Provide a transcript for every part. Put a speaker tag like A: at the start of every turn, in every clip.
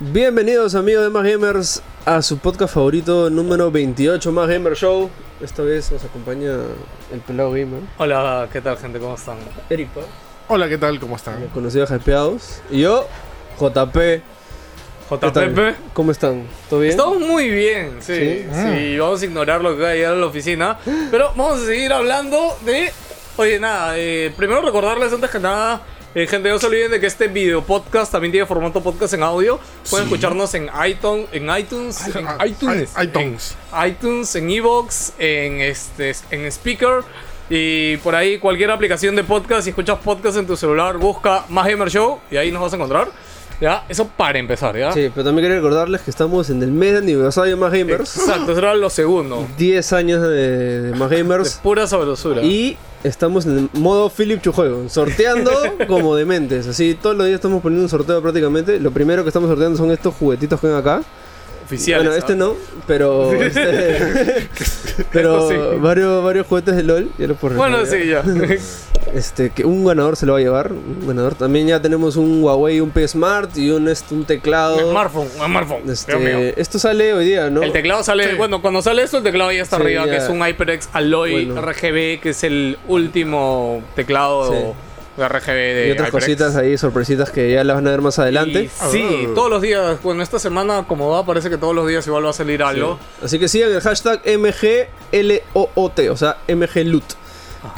A: Bienvenidos amigos de Más Gamers a su podcast favorito número 28, Más Gamer Show. Esta vez nos acompaña el pelado gamer,
B: Hola, ¿qué tal gente? ¿Cómo están?
A: Eric Paz,
C: Hola, ¿qué tal? ¿Cómo están?
A: conocido de Hypeados. Y yo, JP. ¿Qué tal?
B: JPP.
A: ¿Cómo están? ¿Todo bien?
B: Estamos muy bien, sí.
A: ¿Sí? Mm.
B: Sí, vamos a ignorar lo que va a llegar a la oficina. Pero vamos a seguir hablando de. Oye, nada, eh, primero recordarles antes que nada. eh, gente, no se olviden de que este video podcast también tiene formato podcast en audio. Pueden escucharnos en iTunes, en iTunes, en
C: Ah,
B: iTunes,
C: i- iTunes.
B: en iTunes, en Evox, en este, en Speaker y por ahí cualquier aplicación de podcast. Si escuchas podcast en tu celular, busca Más Gamer Show y ahí nos vas a encontrar. Ya, eso para empezar, ya.
A: Ah. Sí, pero también quería recordarles que estamos en el mes de aniversario de Más Gamers.
B: Exacto, eso era lo segundo.
A: 10 años de, de Más
B: De
A: Gamers.
B: pura sabrosura.
A: Y estamos en el modo Philip Chujuego, sorteando como dementes. Así, todos los días estamos poniendo un sorteo prácticamente. Lo primero que estamos sorteando son estos juguetitos que ven acá.
B: oficial.
A: bueno, este no, pero. este- pero
B: Esto sí.
A: varios, varios juguetes de LOL. Ya los puedo
B: Bueno,
A: recordar.
B: sí, ya.
A: Este, que un ganador se lo va a llevar. Un ganador. También ya tenemos un Huawei, un P Smart y un, este, un teclado.
B: smartphone, un smartphone. Dios mío.
A: Este, esto sale hoy día, ¿no?
B: El teclado sale,
C: Sí.
B: bueno, cuando sale esto, el teclado ya está
A: Sí,
B: arriba,
A: ya.
B: que es un HyperX Alloy
A: Bueno.
B: RGB, que es el último teclado de RGB de
A: y otras
B: HyperX.
A: cositas ahí, sorpresitas que ya las van a ver más adelante.
B: Y sí, todos los días, bueno, esta semana como va, parece que todos los días igual va a salir algo.
A: Así que sigan el hashtag MGLOOT, o sea, MGLOOT.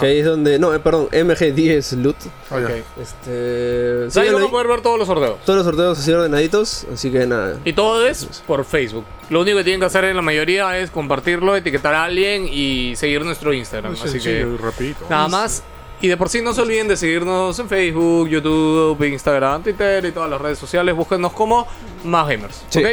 A: Que ahí es donde. No, eh, perdón, MG10LOOT.
C: Ah, ya.
B: Ok.
A: Este.
B: O sea, ahí
A: síganlo
B: van
A: ahí.
B: a poder ver todos los sorteos.
A: Todos los sorteos así ordenaditos, así que nada.
B: Y todo es por Facebook. Lo único que tienen que hacer en la mayoría es compartirlo, etiquetar a alguien y seguir nuestro Instagram.
C: Muy
B: Así
C: sencillo
B: que
C: y rapidito.
B: nada más. Y de por sí no se olviden de seguirnos en Facebook, YouTube, Instagram, Twitter y todas las redes sociales. Búsquenos como Más Gamers.
A: Sí.
B: ¿Ok?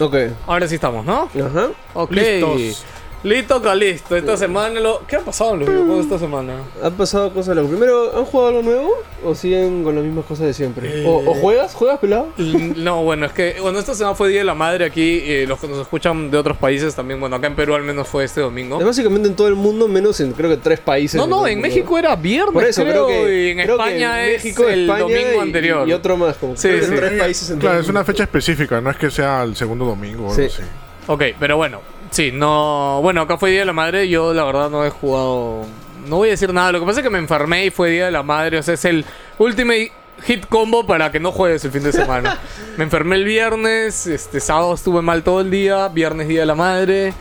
A: Ok.
B: Ahora sí estamos, ¿no?
A: Ajá.
B: Ok.
C: Listos.
B: Listo, que listo. Esta semana lo... ¿Qué ha pasado en los videojuegos esta semana?
A: Han pasado cosas locas. Primero, ¿han jugado algo nuevo? ¿O siguen con las mismas cosas de
B: Eh.
A: siempre? ¿O, o juegas? ¿Juegas pelado?
B: No, bueno, es que bueno, esta semana fue Día de la Madre aquí, eh, los que nos escuchan de otros países también, bueno, acá en Perú al menos fue este domingo.
A: Es básicamente en todo el mundo, menos en creo que tres países.
B: No, no,
A: todo
B: en
A: el mundo.
B: México era viernes,
A: Por eso creo,
B: creo,
A: que.
B: y en
A: creo que
B: España es
A: México,
B: el
A: España
B: domingo
A: y-
B: anterior.
A: Y otro más, como
B: Sí,
A: creo que
B: sí.
A: en tres países en
C: Claro,
A: todo
C: es
A: el
C: una
A: mundo.
C: fecha específica, no es que sea el segundo domingo o algo
A: Sí.
C: así.
B: Ok, pero bueno, sí, no... Bueno, acá fue Día de la Madre, yo la verdad no he jugado... No voy a decir nada, lo que pasa es que me enfermé y fue Día de la Madre, o sea, es el Ultimate Hit Combo para que no juegues el fin de semana. me enfermé el viernes, este sábado estuve mal todo el día, viernes Día de la Madre...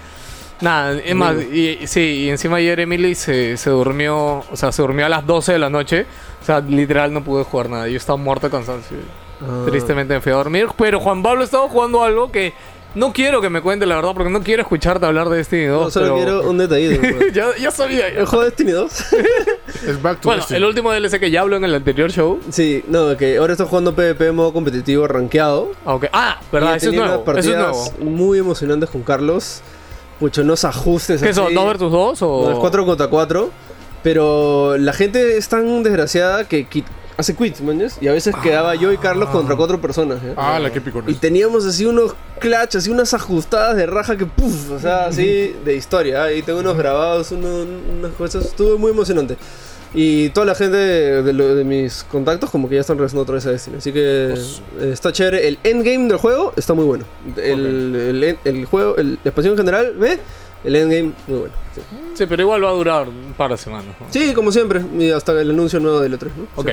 B: Nada, es más, y, y- sí, y encima ayer Emily se, se durmió, o sea, se durmió a las 12 de la noche. O sea, literal no pude jugar nada. Yo estaba muerto de cansancio.
A: Ah.
B: Tristemente me fui a dormir. Pero Juan Pablo estaba jugando algo que no quiero que me cuente la verdad, porque no quiero escucharte hablar de Destiny 2.
A: No, solo
B: pero-
A: quiero un detallito. pues.
B: ya, ya sabía.
A: ¿El juego de Destiny 2?
C: Es Back to
B: Bueno,
C: Destiny.
B: el último DLC que ya habló en el anterior show.
A: sí, no, que ahora estoy jugando PvP en modo competitivo rankeado.
B: Aunque, ah,
A: Y
B: verdad,
A: he
B: eso es
A: tenido
B: nuevo.
A: unas
B: Eso es nuevo.
A: partidas muy emocionantes con Carlos. Mucho unos ajustes.
B: ¿Qué son?
A: así.
B: ¿2 versus 2 o...?
A: No, es 4 contra 4. Pero la gente es tan desgraciada que qui- hace quits, mañas. Y a
B: Ah.
A: veces quedaba yo y Carlos contra cuatro personas. ¿eh?
C: Ah, la que picó.
A: Y teníamos así unos clutch, así unas ajustadas de raja que puff, o sea, así de historia. ¿eh? Y tengo unos grabados, uno- unas cosas. Estuvo muy emocionante. Y toda la gente de, de lo- de mis contactos como que ya están regresando otra vez a Destiny. Así que eh, está chévere. El endgame del juego está muy bueno. El, el en- el juego, el, la expansión en general, ¿ve? El endgame, muy bueno. Sí.
B: Sí, pero igual va a durar un par de semanas. ¿no?
A: Sí, como siempre, y hasta el anuncio nuevo del E3. ¿no?
B: Ok.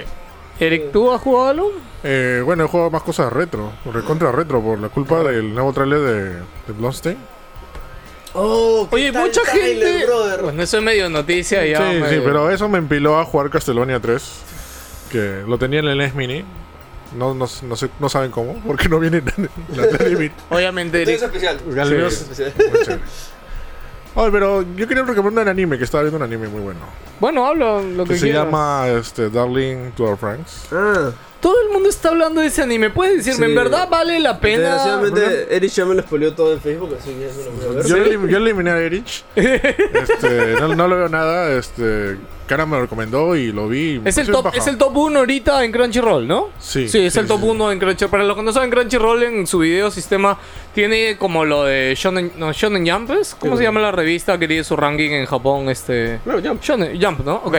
B: Eric, ¿tú has jugado algo?
C: Eh, bueno, he jugado más cosas retro, recontra retro, por la culpa del nuevo trailer de, de Bloodstain.
A: Oh, ¿qué
B: Oye,
A: tal
B: mucha
A: Silent
B: gente...
A: Brother?
B: Bueno, Pues eso es medio noticia ya.
C: sí, sí,
B: medio-
C: pero eso me empiló a jugar Castlevania 3, que lo tenía en el NES Mini. No, no, no, sé, no saben cómo, porque no viene en la NES Mini.
A: eh.
B: Obviamente,
A: Tú eres
B: Eric...
A: especial.
C: Galvez.
A: Tú eres especial.
C: Muy chévere. Ay, pero yo quería recomendar un anime, que estaba viendo un anime muy bueno.
B: Bueno, habla lo
A: pues
B: que,
C: Que se
B: quieras.
C: llama este, Darling to Our Friends.
A: Ah.
B: Todo el mundo está hablando de ese anime. ¿Puedes decirme,
A: Sí.
B: en verdad vale la pena?
A: Desgraciadamente, Erich ya me lo expolió todo en Facebook, así que ya no lo voy a ver.
C: Yo, elim- yo eliminé a Erich. Este, no, no lo veo nada. Este, Cara me lo recomendó y lo vi. y me
B: Es el,
C: pareció
B: top,
C: paja.
B: es el top 1 ahorita en Crunchyroll, ¿no?
C: Sí,
B: Sí, es
C: sí,
B: el top
C: sí.
B: 1 en Crunchyroll. Para los que no saben, Crunchyroll en su video sistema tiene como lo de Shonen, no, Shonen Jump, ¿es? ¿Cómo se llama la revista que tiene su ranking en Japón? Este...
A: Claro, Jump.
B: Shonen Jump, ¿no? Ok.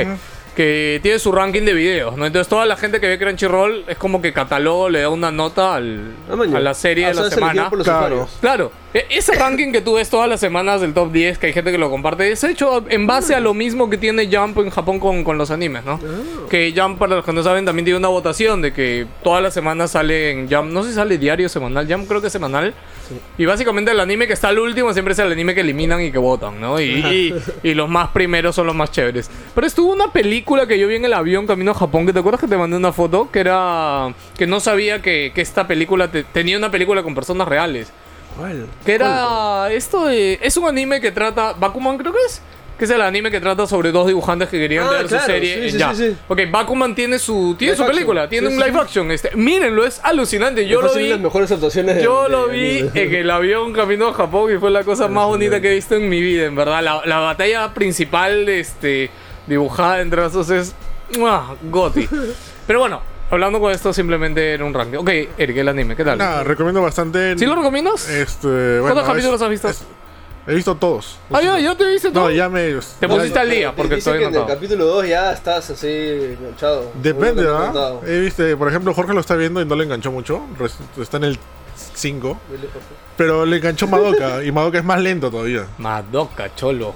B: que tiene su ranking de videos, ¿no? Entonces toda la gente que ve Crunchyroll es como que catálogo le da una nota al,
A: Ah, maño.
B: a la
A: Ah,
B: serie de
A: o sea,
B: la
A: es elegido
B: semana.
A: por los
C: Claro.
A: usuarios.
B: Claro, e- ese ranking que tú ves todas las semanas del top 10, que hay gente que lo comparte, es hecho en base a lo mismo que tiene Jump en Japón con, con los animes, ¿no? Que Jump, para los que no saben, también tiene una votación de que todas las semanas sale en Jump, no sé si sale diario o semanal, Jump creo que es semanal. Y básicamente el anime que está al último siempre es el anime que eliminan y que votan, ¿no? Y, y- y los más primeros son los más chéveres. Pero estuvo una película que yo vi en el avión camino a Japón, que te acuerdas que te mandé una foto, que era... que no sabía que, que esta película te- tenía una película con personas reales.
A: ¿Cuál?
B: Que era esto de... Es un anime que trata... Bakuman creo que es. Que es el anime que trata sobre dos dibujantes que querían
A: Ah,
B: tener
A: claro,
B: su serie.
A: sí,
B: en
A: sí,
B: ya.
A: sí, sí.
B: Ok, Bakuman tiene su, tiene
A: Live
B: su
A: action.
B: película, tiene
A: Sí,
B: un
A: sí,
B: live
A: sí.
B: action. Este. Mírenlo, es alucinante. Yo
A: Fue
B: lo
A: una de
B: vi...
A: las mejores actuaciones de-
B: Yo lo
A: de
B: vi
A: anime.
B: en el avión camino a Japón y fue la cosa más bonita que he visto en mi vida, en verdad. La, la batalla principal este, dibujada en trazos es. ¡mua! Goti. Pero bueno, hablando con esto, simplemente era un ranking. Ok, Eric, el anime, ¿qué tal?
C: Nada, recomiendo bastante.
B: ¿Sí lo recomiendas?
C: Este, bueno, es-
B: capítulos has visto?
C: he visto todos.
B: ah, ya, ya te viste todo.
C: No, ya me.
B: Te
C: ya-
B: pusiste al día,
A: Di-
B: porque
A: Dice
B: estoy
A: que en el
B: enojado.
A: capítulo 2 ya estás así enganchado.
C: Depende, ¿ah? Eh,
A: Como que
C: ¿verdad?
A: te Oh, he
C: He visto, por ejemplo, Jorge lo está viendo y no le enganchó mucho. res- Está en el 5.
A: contado.
C: Pero le enganchó Madoka y Madoka es más lento todavía.
B: Madoka, cholo.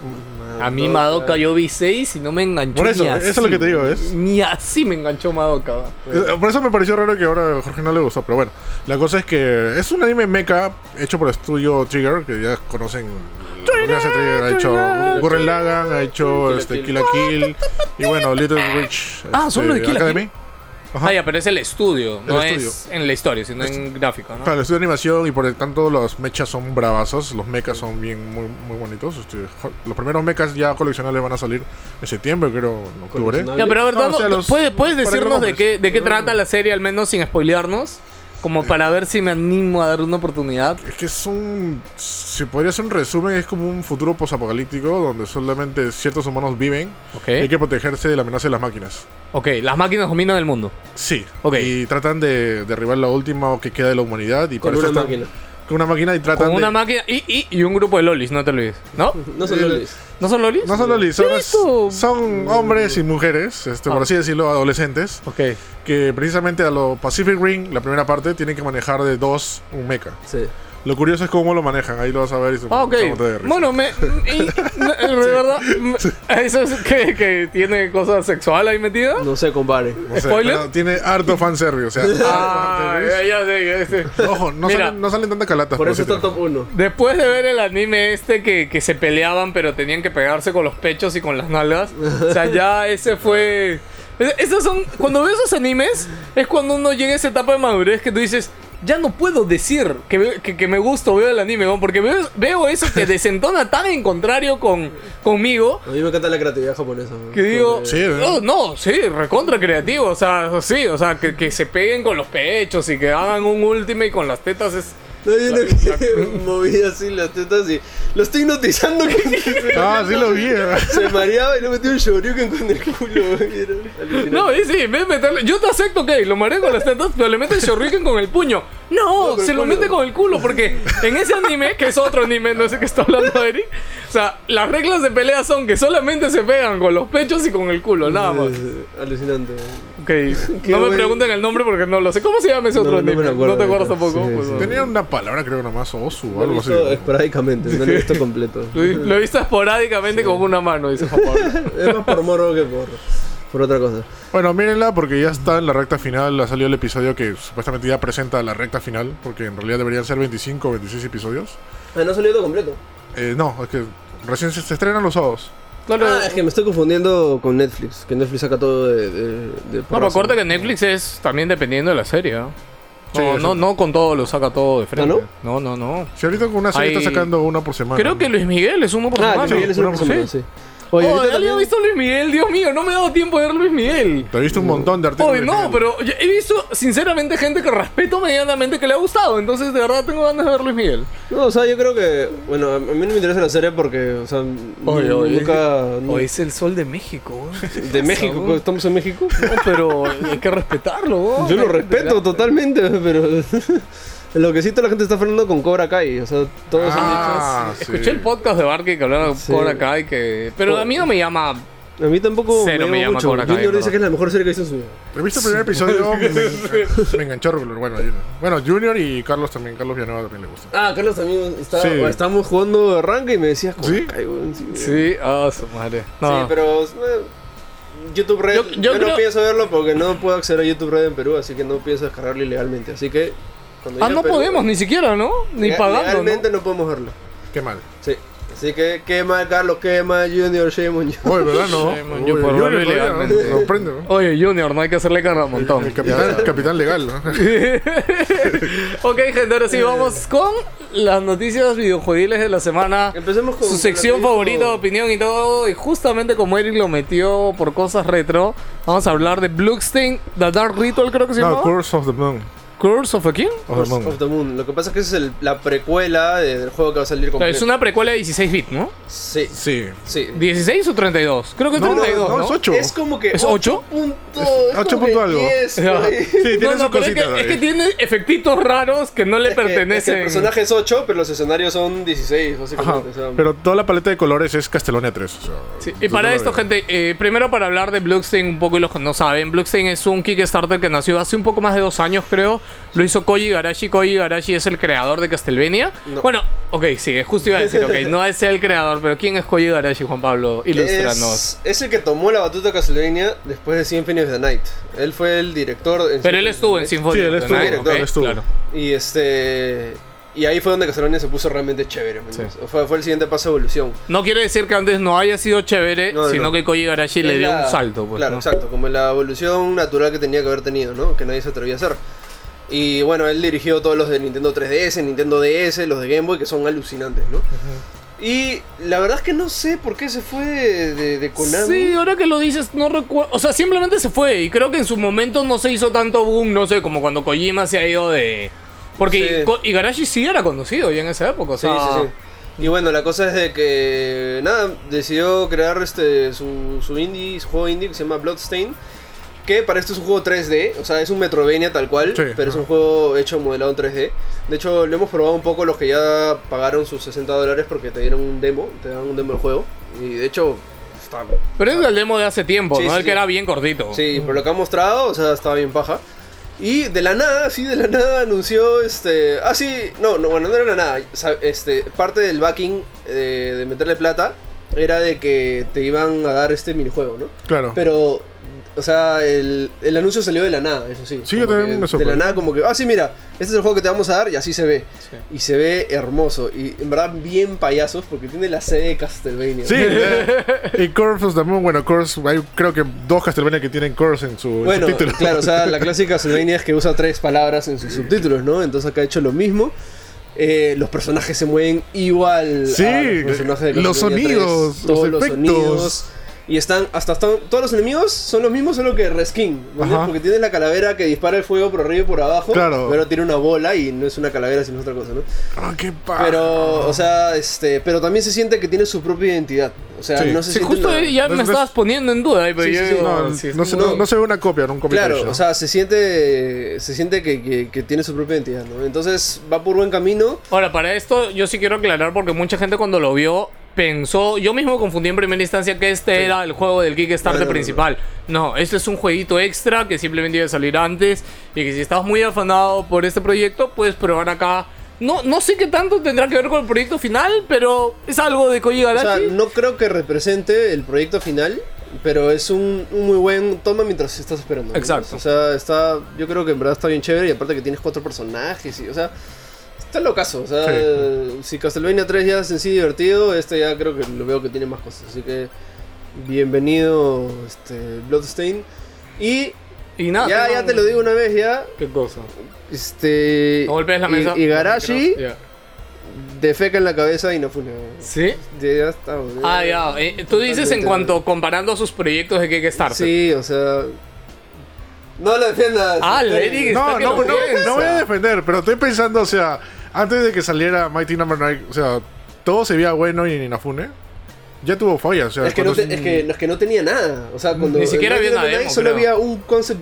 B: A mí Madoka yo vi 6 y no me enganchó.
C: Por eso,
B: ni
C: eso es
B: así,
C: lo que te digo, ¿ves?
B: Ni así me enganchó Madoka. va.
C: Eh, Por eso me pareció raro que ahora a Jorge no le gustó, pero bueno. La cosa es que es un anime mecha hecho por el estudio Trigger, que ya conocen. Trigger, ha hecho Gurren Lagann, ha hecho
A: Kill la
C: este,
A: Kill.
C: Kill la Kill y bueno, Little Witch
B: Ah, son los de
C: este,
B: Kill la Kill.
C: Academy. Ajá.
B: Ah, ya, pero es el estudio, no
C: estudio.
B: es en la historia, sino en gráfico, ¿no?
C: Claro, el estudio de animación y por lo tanto los mechas son bravazos, los mechas son bien muy, muy bonitos. este, jo- los primeros mechas ya coleccionables van a salir en septiembre, creo, en octubre.
A: Coleccionables.
B: Ya, pero a ver,
C: No,
B: dando-
C: Ah, o sea, los-
B: ¿puedes, puedes
C: para que lo
B: decirnos de qué,
C: compres.
B: de qué trata la serie, al menos sin spoilearnos? Como para ver si me animo a dar una oportunidad.
C: Es que es un. Si podría ser un resumen, es como un futuro posapocalíptico donde solamente ciertos humanos viven
B: Ok.
C: y hay que protegerse de la amenaza de las máquinas.
B: Ok, las máquinas dominan el mundo.
C: Sí.
B: Ok.
C: Y tratan de derribar la última que queda de la humanidad y
A: Con
C: para eso
A: una
C: están-
A: máquina.
C: Con una máquina y tratan
B: Con una
C: de.
B: máquina y, y, y un grupo de lolis, no te olvides. ¿No?
A: No solo
C: Eh,
A: Luis.
B: ¿No son lolis?
C: No solo li- son,
B: ¿Qué es esto?
C: son hombres y mujeres, este, por
B: Ah.
C: así decirlo, adolescentes,
B: Ok.
C: que precisamente a lo Pacific Ring, la primera parte, tienen que manejar de dos un mecha.
A: Sí.
C: Lo curioso es cómo lo manejan, ahí lo vas a ver y se
B: Ah, ok.
C: se mata de risa.
B: Bueno, me. y- de verdad. me- ¿Eso es que, que tiene cosa sexual ahí metida?
A: No se compare.
C: No sé,
B: ¿Spoiler?
C: pero tiene harto fanservice, o sea. harto
B: Ah,
C: fanservice.
B: ya, ya sé, ya sé.
C: Ojo, no,
B: Mira.
C: salen, no salen tantas calatas.
A: Por
C: pero
A: eso
C: sí
A: está
C: tienen.
A: top 1.
B: Después de ver el anime este que, que se peleaban pero tenían que pegarse con los pechos y con las nalgas. O sea, ya ese fue... es- Esos son... Cuando veo esos animes es cuando uno llega a esa etapa de madurez que tú dices... Ya no puedo decir que, ve- que, que me gusta o veo el anime, ¿no? porque veo, veo eso que desentona tan en contrario con, conmigo
A: A mí me encanta la creatividad japonesa. ¿no?
B: que digo,
C: Sí,
A: eh.
C: ¿verdad?
B: "Oh, no, sí, recontra creativo, o sea, sí, o sea, que, que se peguen con los pechos y que hagan un ultimate con las tetas es...
A: No hay uno que movía así las tetas y lo estoy hipnotizando que
C: Ah, sí lo vi. eh.
A: se mareaba y le metió un shoryuken con el culo. güey. Era alucinante.
B: No, y sí, en vez de meterle. Yo te acepto, ok, lo mareo con las tetas, pero le mete el shuriken con el puño. No,
A: pero
B: se lo
A: ¿cuál es?
B: mete con el culo, porque en ese anime, que es otro anime, no sé qué está hablando Eric, o sea, las reglas de pelea son que solamente se pegan con los pechos y con el culo, nada más.
A: Eh, Alucinante.
B: Ok, no me
A: bueno.
B: pregunten el nombre porque no lo sé. ¿Cómo se llama ese
A: No,
B: otro
A: no me
B: anime?
A: lo acuerdo
B: ¿No te acuerdas
A: ahorita.
B: tampoco?
A: Sí,
B: Pues,
A: sí.
B: no.
C: Tenía una palabra, creo, nomás, Osu o
A: Lo he
C: algo así.
A: visto esporádicamente, no lo he visto completo.
B: Lo vi- Lo viste esporádicamente con una mano, dice Japón.
A: Es más por morro que por, por otra cosa.
C: Bueno, mírenla porque ya está en la recta final. Ha salido el episodio que supuestamente ya presenta la recta final, porque en realidad deberían ser 25 o 26 episodios.
A: Ah, no salió todo completo.
C: Eh, no, es que recién se, se estrenan los sábados.
B: Claro.
A: Ah, es que me estoy confundiendo con Netflix, que Netflix saca todo de. de, de
B: No,
A: porrazo.
B: pero acuérdate que Netflix es también dependiendo de la serie. ¿ah?
C: Sí,
B: No,
C: eso.
B: no, no con todo lo saca todo de frente.
A: ¿Ah,
B: No, no, no.
C: Si ahorita con una serie
B: Ay.
C: está sacando una por semana.
B: Creo que Luis Miguel es uno por
A: Ah,
B: semana.
A: que Miguel es una
C: una
A: persona,
B: Sí.
A: sí. Oye,
B: Oh,
A: ahorita
B: ¿alguien
A: también-
B: ha visto a Luis Miguel? Dios mío, no me he dado tiempo de ver Luis Miguel.
C: Te he visto un montón de artículos.
B: Oye,
C: de
B: no,
C: Miguel.
B: pero ya he visto sinceramente gente que respeto medianamente que le ha gustado. Entonces, de verdad, tengo ganas de ver Luis Miguel.
A: No, o sea, yo creo que. Bueno, a a mí no me interesa la serie porque, o sea, n-
B: Oye, oye.
A: nunca. nu-
B: Hoy es el sol de México.
A: de México,
B: güey?
A: ¿estamos en México?
B: pero hay que respetarlo.
A: Yo lo respeto totalmente, pero. lo que sí, toda la gente está hablando con Cobra Kai, o sea, todos han dicho.
C: Ah, sí.
B: Escuché el podcast de Barque que hablaba
A: Sí.
B: Oh. con acá y que. Pero a mí no me llama
A: A mí tampoco
B: Cero me
A: me
B: llama
A: llama mucho.
B: Cobra Kai,
A: Junior dice
B: ¿verdad?
A: que es la mejor serie que ha visto en su vida.
C: He visto el primer episodio, me, engan- me enganchó. pero Bueno, Junior. bueno, Junior y Carlos también. Carlos Villanueva también le gusta.
A: Ah, Carlos también estaba,
C: Sí.
A: estábamos jugando arranque y me decías,
B: Ah,
A: Cobra
C: ¿Sí?
A: Kai, weón, sí,
B: Sí, ah, su madre. No.
A: Sí, pero eh, YouTube Red,
B: Yo-
A: yo,
B: yo creo-
A: no pienso verlo porque no puedo acceder a YouTube Red en Perú, así que no pienso descargarlo ilegalmente. Así que cuando
B: ah,
A: llegue
B: no
A: a Perú,
B: podemos ni siquiera, ¿no? Ni
A: le-
B: pagando. ¿no?
A: Legalmente ¿no? podemos verlo.
C: Qué mal.
A: Sí. Así que quema Carlos, quema Junior, Shemon.
C: Oye, ¿verdad? No.
B: Sí, man,
C: Uy,
B: yo por
C: Junior
B: verlo
C: todavía, ¿no?
B: ilegalmente.
C: Sorprende, ¿no?
B: Oye, Junior, no hay que hacerle cara un montón.
C: El capitán, el capitán legal, ¿no?
B: ok, gente, ahora sí vamos con las noticias videojuegiles de la semana.
A: Empecemos con
B: Su sección
A: con lo que
B: favorita,
A: dijo-
B: opinión y todo. Y justamente como Eric lo metió por cosas retro, vamos a hablar de Bluestein, The Dark Ritual, creo que se
C: No,
B: llama.
C: Curse of the Moon.
B: Curse of a King.
C: Of the
A: Curse
C: Moon.
A: of the Moon. Lo que pasa es que esa es el- la precuela de- del juego que va a salir completo.
B: Es una precuela de 16 bits, ¿no?
A: Sí,
C: Sí.
A: sí.
B: ¿16 o 32? Creo que es
C: No,
B: 32, ¿no?
C: no, es ocho.
A: Es como que
B: ¿Es ocho?
A: punto,
C: Es ocho
A: como
C: punto
A: que
C: algo.
A: diez,
B: No.
A: güey.
C: Sí, tiene
B: No,
C: su
B: no, pero es
C: cosita. eh.
B: que, es que
C: ahí.
B: tiene efectitos raros que no le
A: Es que- es que
B: pertenecen.
A: el personaje es 8, pero los escenarios son 16,
C: Ajá.
A: básicamente. o sea,
C: Pero toda la paleta de colores es Castelonia 3. o sea,
B: Sí, Y
C: tú no
B: para
C: la
B: esto,
C: ves.
B: gente, eh, primero para hablar de Bluestein un poco y los que no saben, Bluestein es un Kickstarter que nació hace un poco más de dos años, creo. Lo hizo Koji Garashi. Koji Garashi es el creador de Castlevania.
A: No.
B: Bueno, ok, sí, justo iba a decir, ok, no es el creador, pero ¿quién es Koji Garashi, Juan Pablo? Ilústranos.
A: Es, es el que tomó la batuta de Castlevania después de Symphony of the Night. Él fue el director. en
B: Pero él
A: Symphony of the
B: estuvo en
A: Night.
B: Symphony
C: Sí, él
B: of the
C: estuvo,
B: Night,
C: director,
B: ok,
C: él estuvo.
B: claro.
A: Y este. Y ahí fue donde Castlevania se puso realmente chévere. ¿me entiendes? Fue, fue el siguiente paso de evolución.
B: No quiere decir que antes no haya sido chévere,
A: No, no,
B: sino
A: no.
B: que Koji Garashi le
A: Es
B: dio
A: la-
B: un salto. Pues,
A: claro,
B: ¿no?
A: exacto. Como la evolución natural que tenía que haber tenido, ¿no? Que nadie se atrevía a hacer. Y bueno, él dirigió todos los de Nintendo 3DS, Nintendo DS, los de Game Boy, que son alucinantes, ¿no? Y la verdad es que no sé por qué se fue de, de- de Konami.
B: Sí, ahora que lo dices, no recuerdo. O sea, simplemente se fue. Y creo que en su momento no se hizo tanto boom, no sé, como cuando Kojima se ha ido de. Porque
A: Sí.
B: Ko- Igarashi sí era conocido ya en esa época. O
A: Sí,
B: sea,
A: sí, sí. Y bueno, la cosa es de que nada, decidió crear este su, su indie, su juego indie que se llama Bloodstain. Que para esto es un juego 3D, o sea, es un Metrovenia tal cual,
C: Sí,
A: pero es un
C: ajá.
A: juego hecho modelado en 3D. De hecho, lo hemos probado un poco los que ya pagaron sus 60 dólares porque te dieron un demo, te dan un demo del juego. Y de hecho, está.
B: Pero es el demo de hace tiempo,
A: Sí,
B: ¿no?
A: sí,
B: el que
A: sí.
B: era bien cortito.
A: Sí, por lo que ha mostrado, o sea, estaba bien paja. Y de la nada, sí, de la nada anunció este. Ah, sí, no, no bueno, no era la nada. sa- Este, parte del backing eh, de, meterle plata era de que te iban a dar este minijuego, ¿no?
C: Claro.
A: Pero, o sea, el, el anuncio salió de la nada, eso sí.
C: Sí,
A: Como
C: yo también
A: que
C: me
A: De
C: sorprendió.
A: la nada, como que, ah, sí, mira, este es el juego que te vamos a dar y así se ve.
B: Sí.
A: Y se ve hermoso. Y en verdad, bien payasos, porque tiene la sede de Castlevania.
C: Sí, eh, y Curse of the Moon, bueno, Curse, hay creo que dos Castlevania que tienen Curse en su, en su
A: Bueno,
C: título.
A: claro, o sea, la clásica Castlevania es que usa tres palabras en sus subtítulos, ¿no? Entonces acá ha hecho lo mismo. Eh, los personajes se mueven igual.
C: Sí,
A: a los, personajes de
C: los
A: Castlevania
C: sonidos,
A: 3,
C: los
A: todos los
C: efectos.
A: sonidos. Y están, hasta están, todos los enemigos son los mismos, solo que reskin. ¿me entiendes?
C: Ajá.
A: Porque tienes la calavera que dispara el fuego por arriba y por abajo.
C: Claro.
A: Pero tiene una bola y no es una calavera, sino es otra cosa, ¿no?
C: Ah, qué pa-
A: Pero,
C: Ah.
A: o sea, este, pero también se siente que tiene su propia identidad. O sea,
C: Sí.
A: no se
B: Sí,
A: siente
B: justo
A: una-
B: ya
C: No
B: me
C: es- no
B: estabas
C: es-
B: poniendo en duda. ahí, pero
A: Sí,
B: yo
A: sí, sí,
B: digo,
C: No,
B: sí, es
C: no, se,
B: como-
C: no- no se ve una copia, no un copy paste,
A: Claro,
C: ¿no?
A: o sea, se siente, se siente que, que- que tiene su propia identidad, ¿no? Entonces va por buen camino.
B: Ahora, para esto yo sí quiero aclarar porque mucha gente cuando lo vio pensó, yo mismo confundí en primera instancia que este era el juego del Kickstarter
A: No, no, no,
B: principal. No, este es un jueguito extra que simplemente iba a salir antes y que si estás muy afanado por este proyecto puedes probar acá. No, no sé qué tanto tendrá que ver con el proyecto final, pero es algo de Koji
A: O sea,
B: Garashi.
A: no creo que represente el proyecto final, pero es un, un muy buen toma mientras estás esperando. ¿no?
B: Exacto.
A: O sea, está, yo creo que en verdad está bien chévere y aparte que tienes cuatro personajes y, o sea, está locazo. O sea,
C: Sí.
A: eh, si Castlevania 3 ya es en sí divertido, este ya creo que lo veo que tiene más cosas. Así que bienvenido, este, Bloodstain. Y
B: y nada.
A: ya, ya te lo digo una vez ya,
B: ¿Qué cosa?
A: Este.
B: No golpees la mesa.
A: Y, y Garashi,
B: Ya.
A: defeca en la cabeza y no fue
B: ¿Sí?
A: Ya, ya está. ya.
B: Ah, ya. eh, tú dices en cuanto comparando a sus proyectos de Kickstarter.
A: Sí, o sea. No lo defiendas.
B: Ah, la Eric está
C: No,
B: que
C: no,
B: lo
C: no,
B: piensa.
C: no voy a defender, pero estoy pensando, o sea, antes de que saliera Mighty Number 9, o sea, todo se veía bueno y Inafune ya tuvo fallas. O sea,
A: Es que, no
C: cuando-
A: te- es, que, es que no tenía nada. O sea, cuando.
B: Ni siquiera
A: en
B: había una
A: Night
B: demo,
A: Solo
B: creo.
A: había un concept,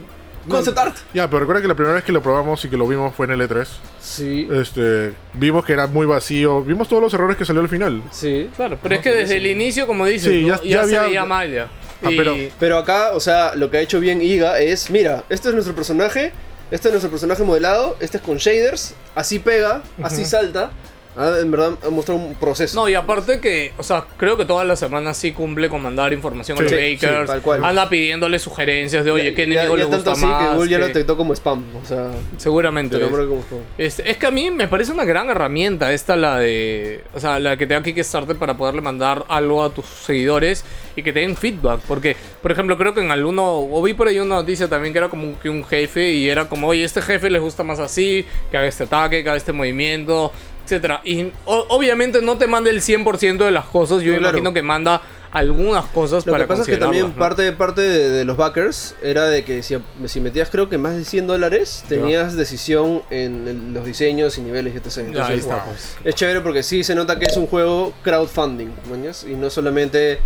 A: concept art.
C: Ya, pero recuerda que la primera vez que lo probamos y que lo vimos fue en L3.
A: Sí.
C: Este, vimos que era muy vacío, vimos todos los errores que salió al final.
A: Sí.
B: Claro, pero es que desde el inicio, como dices,
C: Sí,
B: ¿no?
C: ya-
B: ya,
C: ya
B: se
C: había-
B: veía mal ya.
C: Ah, pero-
B: Y-
A: Pero acá, o sea, lo que ha hecho bien Iga es, mira, este es nuestro personaje, este es nuestro personaje modelado, este es con shaders, así pega, así salta. Ah, en verdad ha mostrado un proceso.
B: No, y aparte que, o sea, creo que todas las semanas sí cumple con mandar información a
C: Sí,
B: los
A: sí,
B: makers.
A: tal cual.
B: Anda pidiéndole sugerencias de,
A: Ya-
B: oye, ¿qué
A: ya-
B: enemigo
A: ya
B: le gusta
A: tanto así
B: más?
A: que Google ya lo
B: ¿Qué-
A: detectó como spam, o sea,
B: Seguramente.
A: te
B: es.
A: nombra como spam.
B: Este, es que a mí me parece una gran herramienta esta, la de. O sea, la que te da Kickstarter para poderle mandar algo a tus seguidores y que te den feedback. Porque, por ejemplo, creo que en alguno. O vi por ahí una noticia también que era como un- que un jefe y era como, oye, este jefe les gusta más así, que haga este ataque, que haga este movimiento, etcétera Y o- obviamente no te manda el 100% de las cosas. Yo
A: Claro.
B: imagino que manda algunas cosas
A: Lo
B: para
A: que pasa es que
B: considerarlas,
A: también
B: ¿no?
A: parte, parte de, de los backers era de que si, si metías creo que más de 100 dólares tenías decisión en el- los diseños y niveles y etc.
B: Ya, ahí
A: Entonces,
B: está,
A: wow.
B: pues.
A: Es chévere porque sí se nota que es un juego crowdfunding, mañas, y no solamente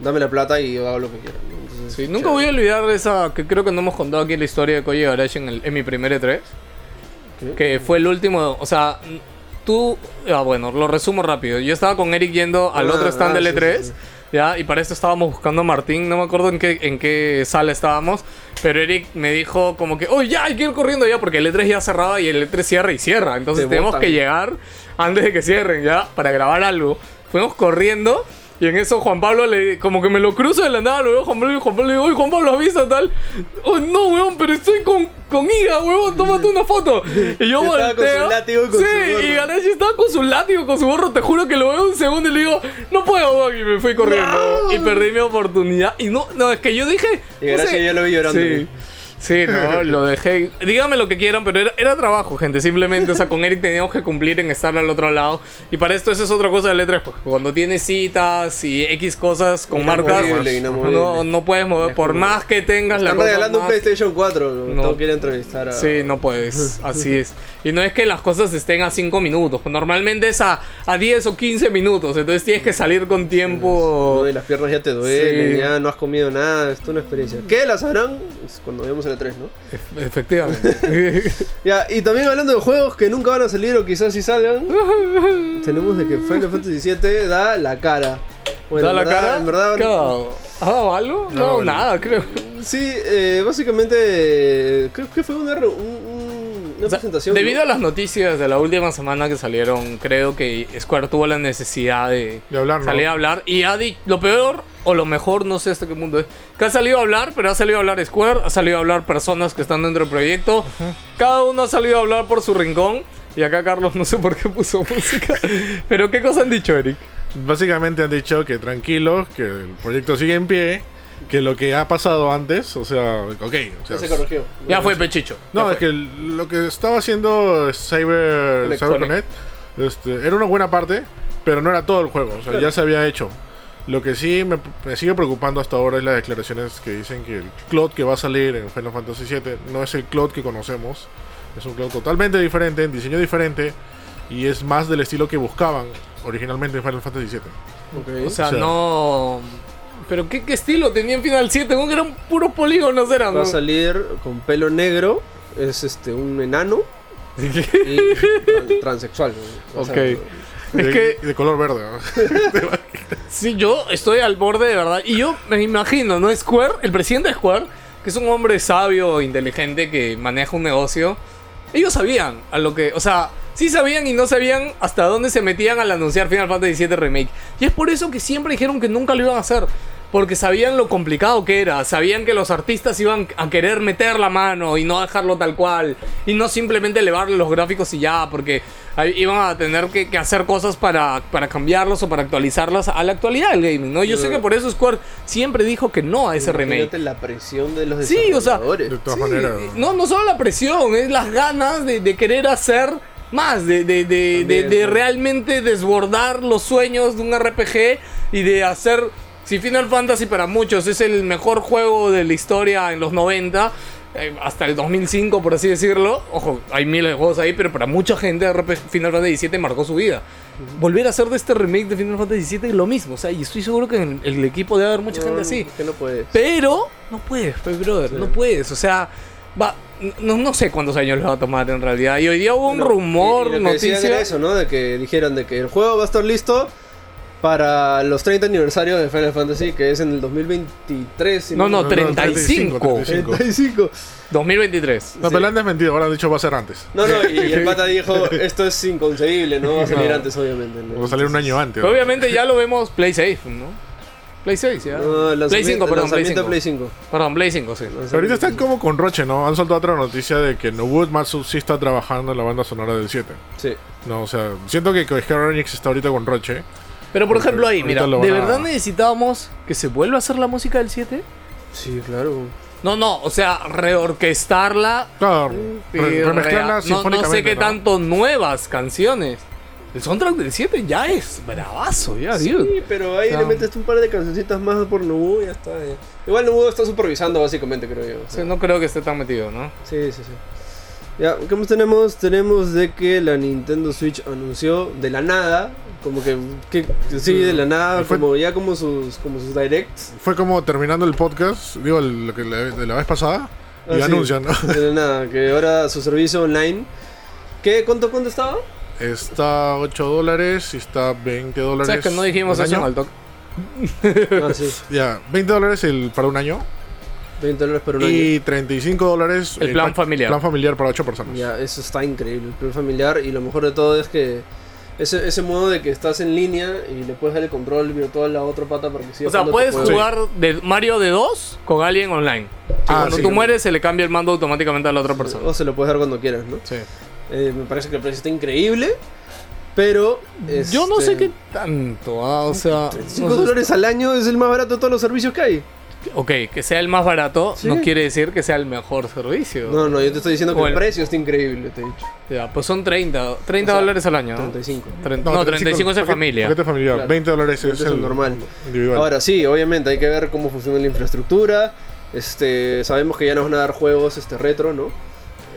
A: dame la plata y yo hago lo que quiera. ¿no? Entonces,
B: Sí, nunca
A: chévere.
B: voy a olvidar esa que creo que no hemos contado aquí la historia de Koji Igarashi en, el- en mi primer E3.
A: ¿Qué?
B: Que fue el último, o sea, n- tú, ah, bueno, lo resumo rápido. Yo estaba con Eric yendo al
A: Ah,
B: otro stand
A: ah,
B: del E
A: sí,
B: E3,
A: sí, sí.
B: ya, y para esto estábamos buscando a Martín, no me acuerdo en qué, en qué sala estábamos, pero Eric me dijo como que, oh, ya, hay que ir corriendo ya, porque el E3 ya cerraba y el E3 cierra y cierra, entonces
A: Te
B: tenemos
A: botan.
B: que llegar antes de que cierren, ya, para grabar algo. Fuimos corriendo. Y en eso Juan Pablo le como que me lo cruzo de la nada, lo veo a Juan Pablo y Juan Pablo le digo, "Oye, Juan Pablo avisa tal. Oh no, weón, pero estoy con, con Iga, weón, tómate una foto. Y yo
A: Estaba con
B: volteo.
A: su látigo y con
B: sí,
A: su gorro.
B: y Ganache estaba con su látigo, con su gorro, te juro que lo veo un segundo y le digo, no puedo, weón, y me fui corriendo. Y perdí mi oportunidad. Y no, no, es que yo dije.
A: Y Ganache
B: puse-
A: yo lo vi llorando.
B: Sí. Sí, no, lo dejé. Díganme lo que quieran, pero era, era trabajo, gente. Simplemente, o sea, con Eric teníamos que cumplir en estar al otro lado. Y para esto, eso es otra cosa de letras. Pues, cuando tienes citas y X cosas con marcas,
A: Inamovible, inamovible.
B: no, no puedes mover. Por más que tengas la
A: Están
B: cosa
A: regalando un
B: más-
A: PlayStation 4.
B: No.
A: No. quiere entrevistar a.
B: Sí, no puedes. Así es. Y no es que las cosas estén a 5 minutos. Normalmente es a, a 10 o 15 minutos. Entonces tienes que salir con tiempo.
A: No, y las piernas ya te duelen,
B: Sí.
A: ya no has comido nada, es una experiencia. ¿Qué las harán? Es Cuando veamos el 3, ¿no?
B: Efectivamente.
A: Ya, y también hablando de juegos que nunca van a salir o quizás sí salgan, tenemos de que Final Fantasy VII da la cara. Bueno,
B: ¿Da
A: en
B: la
A: verdad-
B: cara?
A: En verdad,
B: ¿Qué ¿Ha dado? ¿Ha dado algo? No,
C: No, no.
B: nada, creo.
A: sí, eh, básicamente, eh, creo que fue una, re- un- un- una
B: O sea,
A: presentación.
B: debido
A: ¿no?
B: a las noticias de la última semana que salieron, creo que Square tuvo la necesidad de,
C: De hablar, ¿no?
B: salir a hablar. Y ha dicho, lo peor o lo mejor, no sé hasta qué mundo es, que ha salido a hablar, pero ha salido a hablar Square, ha salido a hablar personas que están dentro del proyecto. Cada uno ha salido a hablar por su rincón. Y acá Carlos no sé por qué puso música. pero ¿qué cosa han dicho, Eric?
C: Básicamente han dicho que tranquilos, que el proyecto sigue en pie, que lo que ha pasado antes, o sea, ok. o sea,
A: Ya se corrigió.
B: Ya fue Pechicho.
C: no,
B: Ya
C: es que el- lo que estaba haciendo Cyber,
A: Electronic.
C: CyberConnect este, era una buena parte, pero no era todo el juego, o sea, ya se había hecho. Lo que sí me, me sigue preocupando hasta ahora es las declaraciones que dicen que el Cloud que va a salir en Final Fantasy VII no es el Cloud que conocemos, es un Cloud totalmente diferente, en diseño diferente, y es más del estilo que buscaban originalmente en Final Fantasy VII.
A: Ok.
B: O sea,
C: O sea,
B: no. Pero qué, qué estilo tenía en Final 7, como que eran puros polígonos, eran.
A: Va a
B: ¿no?
A: salir con pelo negro, es este un enano y tran- transexual. ¿no? O sea,
B: Ok.
C: De-
B: que-
C: de color verde. ¿no?
B: Sí, yo estoy al borde de verdad. Y yo me imagino, ¿no? Square, el presidente de Square, que es un hombre sabio, inteligente, que maneja un negocio. Ellos sabían a lo que. O sea, sí sabían y no sabían hasta dónde se metían al anunciar Final Fantasy VII Remake. Y es por eso que siempre dijeron que nunca lo iban a hacer. Porque sabían lo complicado que era, sabían que los artistas iban a querer meter la mano y no dejarlo tal cual, y no simplemente elevar los gráficos y ya, porque ahí iban a tener que, que hacer cosas para, para cambiarlos o para actualizarlas a la actualidad del gaming, ¿no? Yo sé que por eso Square siempre dijo que no a ese remake.
A: Imagínate la presión de los
B: Sí, o sea,
A: desarrolladores.
C: De todas maneras.
B: Eh, No, no solo la presión, es las ganas de, de querer hacer más, de, de, de- de-
A: También,
B: de
A: ¿no?
B: realmente desbordar los sueños de un RPG y de hacer... Si Final Fantasy para muchos es el mejor juego de la historia en los 90, eh, hasta el 2005 por así decirlo, ojo, hay miles de juegos ahí, pero para mucha gente RPG Final Fantasy VII marcó su vida. Volver a hacer de este remake de Final Fantasy VII es lo mismo, o sea, y estoy seguro que en el, el equipo debe haber mucha
A: No,
B: gente así.
A: Que no puedes.
B: Pero no puedes, pues, brother, no puedes. O sea, va, no, no sé cuántos años les va a tomar en realidad. Y hoy día hubo un
A: No,
B: rumor,
A: y- y lo que decían
B: noticias.
A: era eso, ¿no? De que dijeron de que el juego va a estar listo para los 30 aniversarios de Final Fantasy, que es en el 2023. si
B: No, no,
A: me-
B: 35.
A: 35.
B: 2023.
C: No, pero le han desmentido, ahora han dicho va a ser antes.
A: No, no, y el pata dijo, esto es inconcebible, no va a salir antes, obviamente. ¿no?
C: Va a salir un año antes.
B: Pero obviamente ya lo vemos Play 6, ¿no? Play 6, ya.
A: No, lanzami-
B: Play 5, perdón, Play
A: lanzamiento
B: 5.
A: Play 5.
B: Perdón, Play 5, sí.
C: Pero ahorita están como con Roche, ¿no? Han soltado otra noticia de que Nobuo Matsu sí está trabajando en la banda sonora del 7.
A: Sí.
C: No, o sea, siento que Square Enix está ahorita con Roche.
B: Pero por ejemplo ahí, mira,
C: Ahorita lo
B: ¿de
C: van a-
B: verdad necesitábamos que se vuelva a hacer la música del 7?
A: Sí, claro.
B: No, no, o sea, reorquestarla
C: Claro,
B: y
C: re-
B: rea-
C: remezclarla
B: no, no
C: sinfónicamente.
B: sé qué tanto nuevas canciones. El soundtrack del 7 ya es bravazo,
C: Ah,
B: ya, dude.
A: Sí, pero ahí
B: O sea,
A: le metes un par de cancioncitas más por Nobu y ya está. ya. Igual Nobu está supervisando, básicamente, creo yo.
B: O sea, no creo que esté tan metido, ¿no?
A: Sí, sí, sí. Ya, ¿qué más tenemos? Tenemos de que la Nintendo Switch anunció de la nada, como que, que sí, de la nada,
C: Fue-
A: como ya como sus como sus directs.
C: Fue como terminando el podcast, digo, el- lo que la- de la vez pasada,
A: Ah,
C: y
A: sí,
C: anuncian, ¿no?
A: De la nada, que ahora su servicio online. ¿Qué? ¿Cuánto, cuánto estaba?
C: Está 8 dólares y está 20
B: O
C: dólares.
B: sea, que no dijimos
C: un
B: eso en
C: año.
B: el toque.
A: Ah, sí,
C: Ya, 20 dólares el, para un año
A: 20 dólares por un año.
C: y 35 dólares
B: El plan
C: pa-
B: familiar.
C: plan familiar para 8 personas.
A: Ya, eso está increíble, el plan familiar. Y lo mejor de todo es que ese, ese modo de que estás en línea y le puedes dar el control virtual a otra pata para que siga
B: O sea,
A: jugando tu
B: puedes
A: juego.
B: jugar de Mario de 2 con alguien online.
C: Ah,
B: Cuando
C: sí.
B: tú mueres, se le cambia el mando automáticamente a la otra persona.
A: O se lo puedes dar cuando quieras, ¿no?
B: Sí.
A: Eh, me parece que el precio está increíble, pero...
B: Yo no sé
A: este,
B: qué tanto, ah, o sea...
A: Cinco
B: no sé-
A: dólares al año es el más barato de todos los servicios que hay.
B: Ok, que sea el más barato
A: Sí.
B: no quiere decir que sea el mejor servicio.
A: No, no, yo te estoy diciendo que
B: Bueno.
A: el precio está increíble, te he dicho.
B: Ya, pues son 30, 30
A: O sea,
B: dólares al año. ¿no?
A: 35.
B: Tre- no, 35 es de
C: paquete-
B: familia.
C: paquete familiar,
A: Claro.
C: 20 dólares es,
A: Eso es
C: el
A: normal.
C: individual.
A: Ahora sí, obviamente hay que ver cómo funciona la infraestructura. Este, sabemos que ya nos van a dar juegos este retro, ¿no?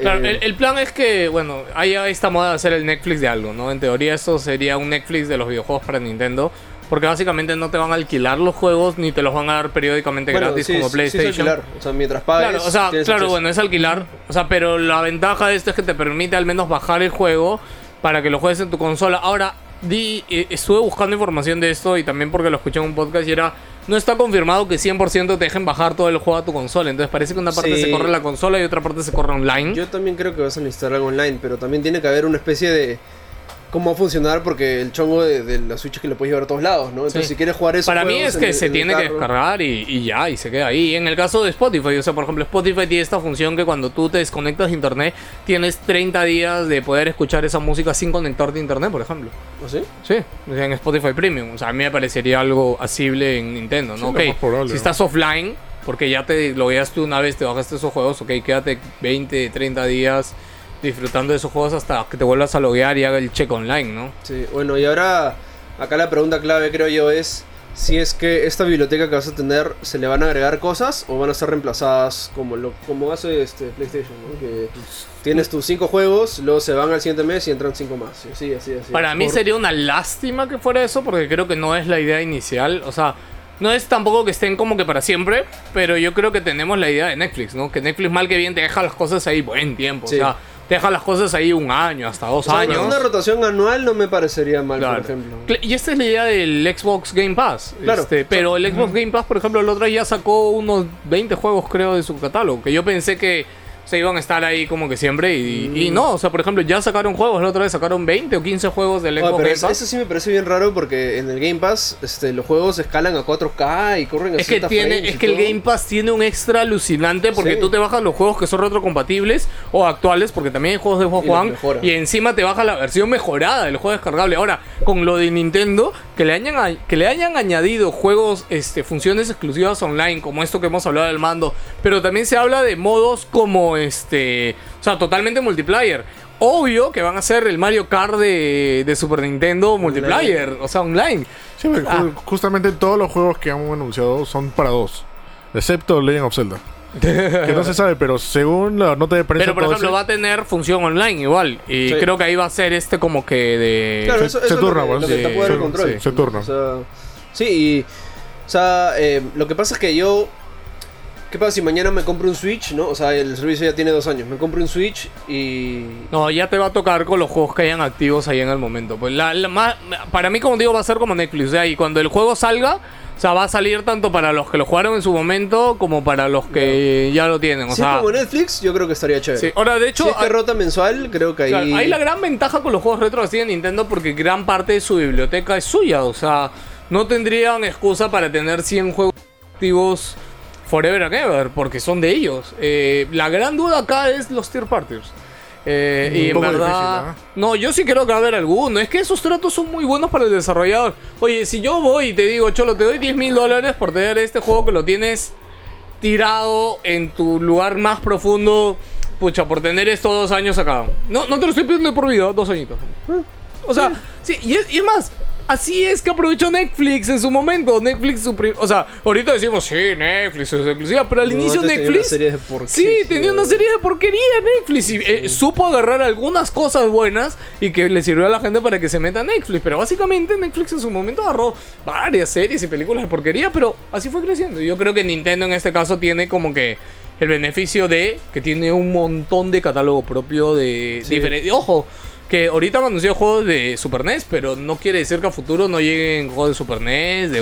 B: Claro,
A: Eh,
B: el, el plan es que, bueno, haya esta moda de hacer el Netflix de algo, ¿no? En teoría eso sería un Netflix de los videojuegos para Nintendo, porque básicamente no te van a alquilar los juegos ni te los van a dar periódicamente
A: bueno,
B: gratis
A: sí,
B: como
A: sí, sí es
B: PlayStation.
A: alquilar. Ah, o sea, mientras pagues.
B: Claro, o sea,
A: tienes
B: claro,
A: acceso.
B: bueno, es alquilar. O sea, pero la ventaja de esto es que te permite al menos bajar el juego para que lo juegues en tu consola. Ahora, di, eh, estuve buscando información de esto y también porque lo escuché en un podcast y era. No está confirmado que 100% te dejen bajar todo el juego a tu consola. Entonces parece que una parte
A: Sí.
B: se corre en la consola y otra parte se corre online.
A: Yo también creo que vas a necesitar algo online, pero también tiene que haber una especie de cómo va a funcionar porque el chongo de, de la Switch es que lo puedes llevar a todos lados, ¿no? Entonces,
B: Sí.
A: si quieres jugar eso
B: Para mí es que se tiene que descargar y, y ya, y se queda ahí. Y en el caso de Spotify, o sea, por ejemplo, Spotify tiene esta función que cuando tú te desconectas de internet, tienes 30 días de poder escuchar esa música sin conectarte a internet, por ejemplo.
A: ¿O ¿Ah, sí?
B: Sí, o sea, en Spotify Premium. O sea, a mí me parecería algo asible en Nintendo,
C: Sí,
B: ¿no?
C: lo
B: Ok,
C: más probable,
B: si
C: ¿no?
B: estás offline, porque ya te logueaste una vez, te bajaste esos juegos, ok, quédate 20, 30 días disfrutando de esos juegos hasta que te vuelvas a loguear y haga el check online, ¿no?
A: Sí, bueno, y ahora acá la pregunta clave creo yo es si es que esta biblioteca que vas a tener se le van a agregar cosas o van a ser reemplazadas como lo como hace este PlayStation, ¿no? Que tienes tus cinco juegos, luego se van al siguiente mes y entran cinco más. y así, así, así.
B: Para mí
A: Por-
B: sería una lástima que fuera eso, porque creo que no es la idea inicial. O sea, no es tampoco que estén como que para siempre, pero yo creo que tenemos la idea de Netflix, ¿no? Que Netflix mal que bien te deja las cosas ahí buen tiempo.
A: Sí.
B: O sea, te deja las cosas ahí un año, hasta dos
A: O sea,
B: años.
A: una rotación anual no me parecería mal,
B: Claro.
A: por ejemplo.
B: Cl- Y esta es la idea del Xbox Game Pass.
A: Claro.
B: Este, pero el Xbox Game Pass, por ejemplo, el otro día sacó unos 20 juegos, creo, de su catálogo. Que yo pensé que se iban a estar ahí como que siempre.
A: Mm.
B: Y, y no, o sea, por ejemplo, ya sacaron juegos. La otra vez sacaron 20 o 15 juegos del
A: Ah,
B: Xbox
A: pero
B: Game
A: es-
B: Pass.
A: eso sí me parece bien raro porque en el Game Pass este, los juegos escalan a 4K y corren a
B: Es que,
A: 60
B: tiene,
A: frames
B: es
A: y
B: que el
A: todo.
B: Game Pass tiene un extra alucinante porque
A: Sí.
B: tú te bajas los juegos que son retrocompatibles o actuales, porque también hay juegos de Xbox
A: Y los
B: One,
A: mejora.
B: y encima te baja la versión mejorada del juego descargable. Ahora, con lo de Nintendo, que le hayan, a- que le hayan añadido juegos, este, funciones exclusivas online, como esto que hemos hablado del mando, pero también se habla de modos como este, o sea, totalmente multiplayer. Obvio que van a ser el Mario Kart de, de Super Nintendo multiplayer, o sea, online.
C: Sí, porque
B: Ah.
C: ju- justamente todos los juegos que han anunciado son para dos, excepto Legend of Zelda. que no se sabe, pero según la nota de prensa
B: Pero por
C: todo
B: ejemplo
C: ese-
B: va a tener función online igual y
A: Sí.
B: creo que ahí va a ser este como que de
A: Claro,
C: Se-
A: eso,
C: se
A: eso es
C: turna,
A: lo que,
C: bueno,
A: lo que
B: sí,
A: está fuera de
B: se-
A: control.
C: sí, se turna.
A: O sea, sí, y. O sea, eh, lo que pasa es que yo. ¿Qué pasa si mañana me compro un Switch, no? O sea, el servicio ya tiene dos años. Me compro un Switch y...
B: No, ya te va a tocar con los juegos que hayan activos ahí en el momento. Pues la, la más- para mí, como digo, va a ser como Netflix. ¿ya? Y cuando el juego salga, o sea, va a salir tanto para los que lo jugaron en su momento como para los que ya lo tienen. O
A: si es
B: sea,
A: como Netflix, yo creo que estaría chévere.
B: sí. ahora, de hecho,
A: si es que
B: hay-
A: rota mensual, creo que ahí...
B: Claro, ahí la gran ventaja con los juegos retro así de Nintendo porque gran parte de su biblioteca es suya, o sea, no tendrían excusa para tener 100 juegos activos forever and ever porque son de ellos. Eh, la gran duda acá es los tier parties. Eh, y
C: Un
B: en
C: poco
B: verdad,
C: difícil,
B: no, yo sí creo que va a haber alguno. Es que esos tratos son muy buenos para el desarrollador. Oye, si yo voy y te digo, Cholo, te doy 10 mil dólares por tener este juego que lo tienes tirado en tu lugar más profundo, pucha, por tener estos dos años acá. No, no te lo estoy pidiendo de por vida, dos añitos. O sea, sí, y es, y es más, así es que aprovechó Netflix en su momento. Netflix, su pri- o sea, ahorita decimos, sí, Netflix es exclusiva, pero al
A: No,
B: inicio
A: antes tenía
B: Netflix...
A: una serie de porquería.
B: sí, tenía una serie de porquería Netflix y eh, supo agarrar algunas cosas buenas y que le sirvió a la gente para que se meta a Netflix. Pero básicamente Netflix en su momento agarró varias series y películas de porquería, pero así fue creciendo. Yo creo que Nintendo en este caso tiene como que... El beneficio de que tiene un montón de catálogo propio de
A: Sí.
B: diferentes eh, Ojo, que ahorita han anunciado juegos de Super NES, pero no quiere decir que a futuro no lleguen juegos de Super NES, de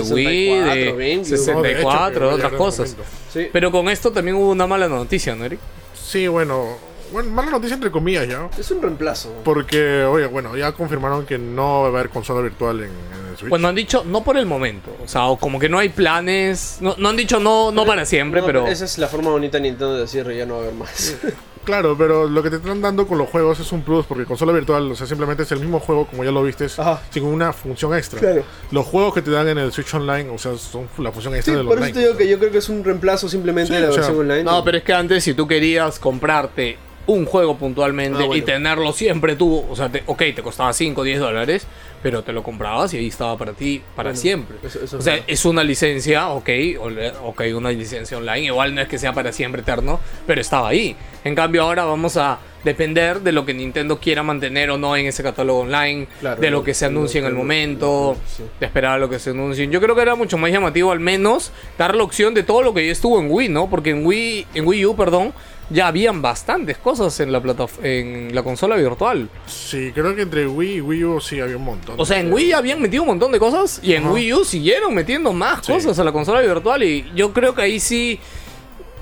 A: 64, GameCube.
B: Wii, de
C: No, de hecho,
B: 64,
C: que
B: otras
C: ya
B: cosas.
C: no comento.
A: Sí.
B: Pero con esto también hubo una mala noticia, ¿no, Eric?
C: Sí, bueno, bueno, mala noticia entre comillas ya.
A: Es un reemplazo.
C: Porque, oye, bueno, ya confirmaron que no va a haber consola virtual en, en el Switch.
B: Bueno, han dicho Pues no por el momento, o sea, o como que no hay planes, no, no han dicho no, no para siempre,
A: No,
B: pero...
A: Esa es la forma bonita de Nintendo de decir, ya no va a haber más.
C: Claro, pero lo que te están dando con los juegos es un plus, porque consola virtual, o sea, simplemente es el mismo juego como ya lo viste,
A: Ajá.
C: sin una función extra.
A: Claro.
C: Los juegos que te dan en el Switch Online, o sea, son la función
A: Sí,
C: extra del
A: por
C: online.
A: eso te digo que yo creo que es un reemplazo simplemente
C: Sí,
A: de la
C: o sea,
A: versión online.
B: No, pero es que antes si tú querías comprarte un juego puntualmente
A: Ah, bueno.
B: y tenerlo siempre tú, o sea, te, ok, te costaba 5 o 10 dólares, pero te lo comprabas y ahí estaba para ti para
A: Bueno,
B: siempre.
A: eso- eso es
B: o sea,
A: verdad.
B: es una licencia, ok, ole- ok, una licencia online, igual no es que sea para siempre eterno, pero estaba ahí. En cambio ahora vamos a depender de lo que Nintendo quiera mantener o no en ese catálogo online,
A: Claro,
B: de lo
A: lo-
B: que se
A: lo-
B: anuncie en el
A: lo-
B: momento,
A: sí.
B: de esperar a lo que se anuncien. Yo creo que era mucho más llamativo al menos dar la opción de todo lo que ya estuvo en Wii, ¿no? Porque en Wii, en Wii U, perdón, ya habían bastantes cosas en la plataf- en la consola virtual.
C: Sí, creo que entre Wii y Wii U sí había un montón.
B: O sea, en Wii ya habían metido un montón de cosas y en Wii U siguieron metiendo más
C: Sí.
B: cosas a la consola virtual y yo creo que ahí sí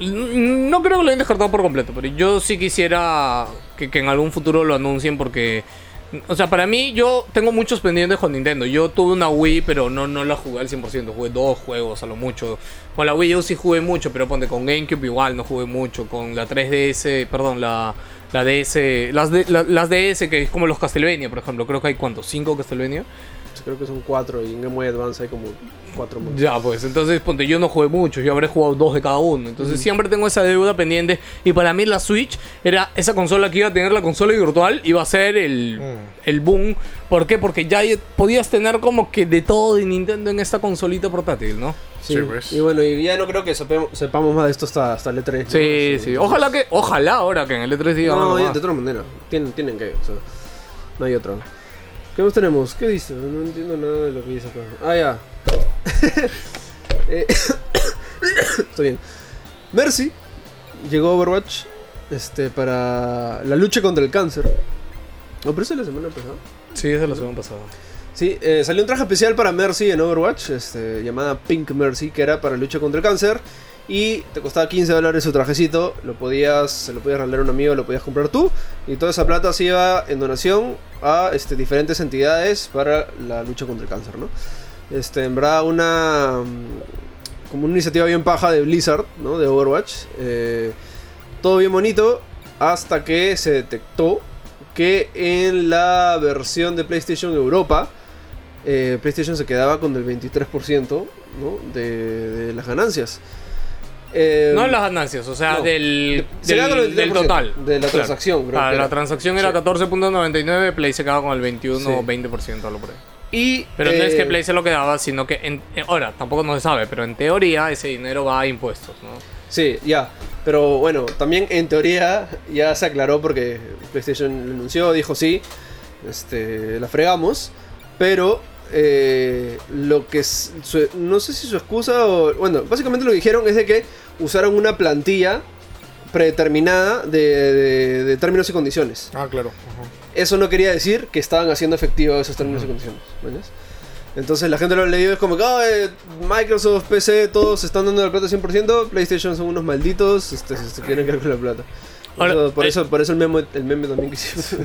B: n- Mm, no creo que lo hayan descartado por completo, pero yo sí quisiera que, que en algún futuro lo anuncien porque o sea, para mí yo tengo muchos pendientes con Nintendo. Yo tuve una Wii, pero no, no la jugué al 100%. Jugué dos juegos a lo mucho. Con la Wii U sí jugué mucho, pero ponte con GameCube igual no jugué mucho. Con la 3DS, perdón, la, la DS, las, de- la- las DS que es como los Castlevania, por ejemplo. Creo que hay cuántos, cinco Castlevania.
A: Creo que son cuatro y en Game Boy Advance hay como cuatro más.
B: Ya, pues entonces ponte, yo no jugué mucho, yo habré jugado dos de cada uno. Entonces siempre tengo esa deuda pendiente. Y para mí la Switch era esa consola que iba a tener la consola virtual, iba a ser el,
A: Mm.
B: el boom. ¿Por qué? Porque ya podías tener como que de todo de Nintendo en esta consolita portátil, ¿no?
A: Sí,
C: Sí, pues.
A: Y bueno, y ya no creo que sepem- sepamos más de esto hasta, hasta el E E3.
B: Sí, sí. Ojalá que, ojalá ahora que en el E3 diga.
A: No,
B: "Vamos,
A: oye,
B: va".
A: de otra manera. Tienen, tienen que, o sea, no hay otra. ¿Qué más tenemos? ¿Qué dice? No entiendo nada de lo que dice acá. Ah, ya. Eh, Estoy bien. Mercy llegó a Overwatch este, para la lucha contra el cáncer. ¿No pero eso es la semana pasada?
B: Sí, esa es la semana pasada.
A: Sí, eh, salió un traje especial para Mercy en Overwatch, este, llamada Pink Mercy, que era para lucha contra el cáncer. Y te costaba 15 dólares su trajecito, lo podías, se lo podías regalar a un amigo, lo podías comprar tú. Y toda esa plata se iba en donación a este, diferentes entidades para la lucha contra el cáncer, ¿no? Este, en verdad, una. mm, como una iniciativa bien paja de Blizzard, ¿no? De Overwatch. Eh, todo bien bonito, hasta que se detectó que en la versión de PlayStation Europa eh, PlayStation se quedaba con el 23% ¿no? de, de las ganancias. Eh,
B: No en las ganancias, o sea,
A: no.
B: del,
A: Se
B: del,
A: queda con el
B: del
A: 23%
B: total.
A: de la
B: Claro.
A: transacción, creo
B: Ah,
A: que
B: la
A: era.
B: transacción era
A: Sí.
B: 14.99, Play se quedaba con el 21 o
A: Sí.
B: 20% a lo por ahí.
A: Y,
B: Pero no es
A: eh,
B: que Play se lo quedaba, sino que. En, eh, ahora, tampoco no se sabe, pero en teoría ese dinero va a impuestos, ¿no?
A: Sí, ya. Pero bueno, también en teoría ya se aclaró porque PlayStation lo anunció, dijo sí, este, la fregamos. Pero eh, lo que. es- su- no sé si su excusa o. Bueno, básicamente lo que dijeron es de que usaron una plantilla predeterminada de, de- de términos y condiciones.
C: Ah, claro. Ujú.
A: Eso no quería decir que estaban haciendo efectivos esos términos y condiciones. ¿me entiendes? Entonces la gente lo ha leído es como que "Ah, eh, Microsoft, PC, todos están dando la plata 100%, PlayStation son unos malditos, este, se se quieren quedar con la plata.
B: Ahora,
A: Eso- por,
B: eh,
A: eso, por eso el meme, el meme también que hicimos.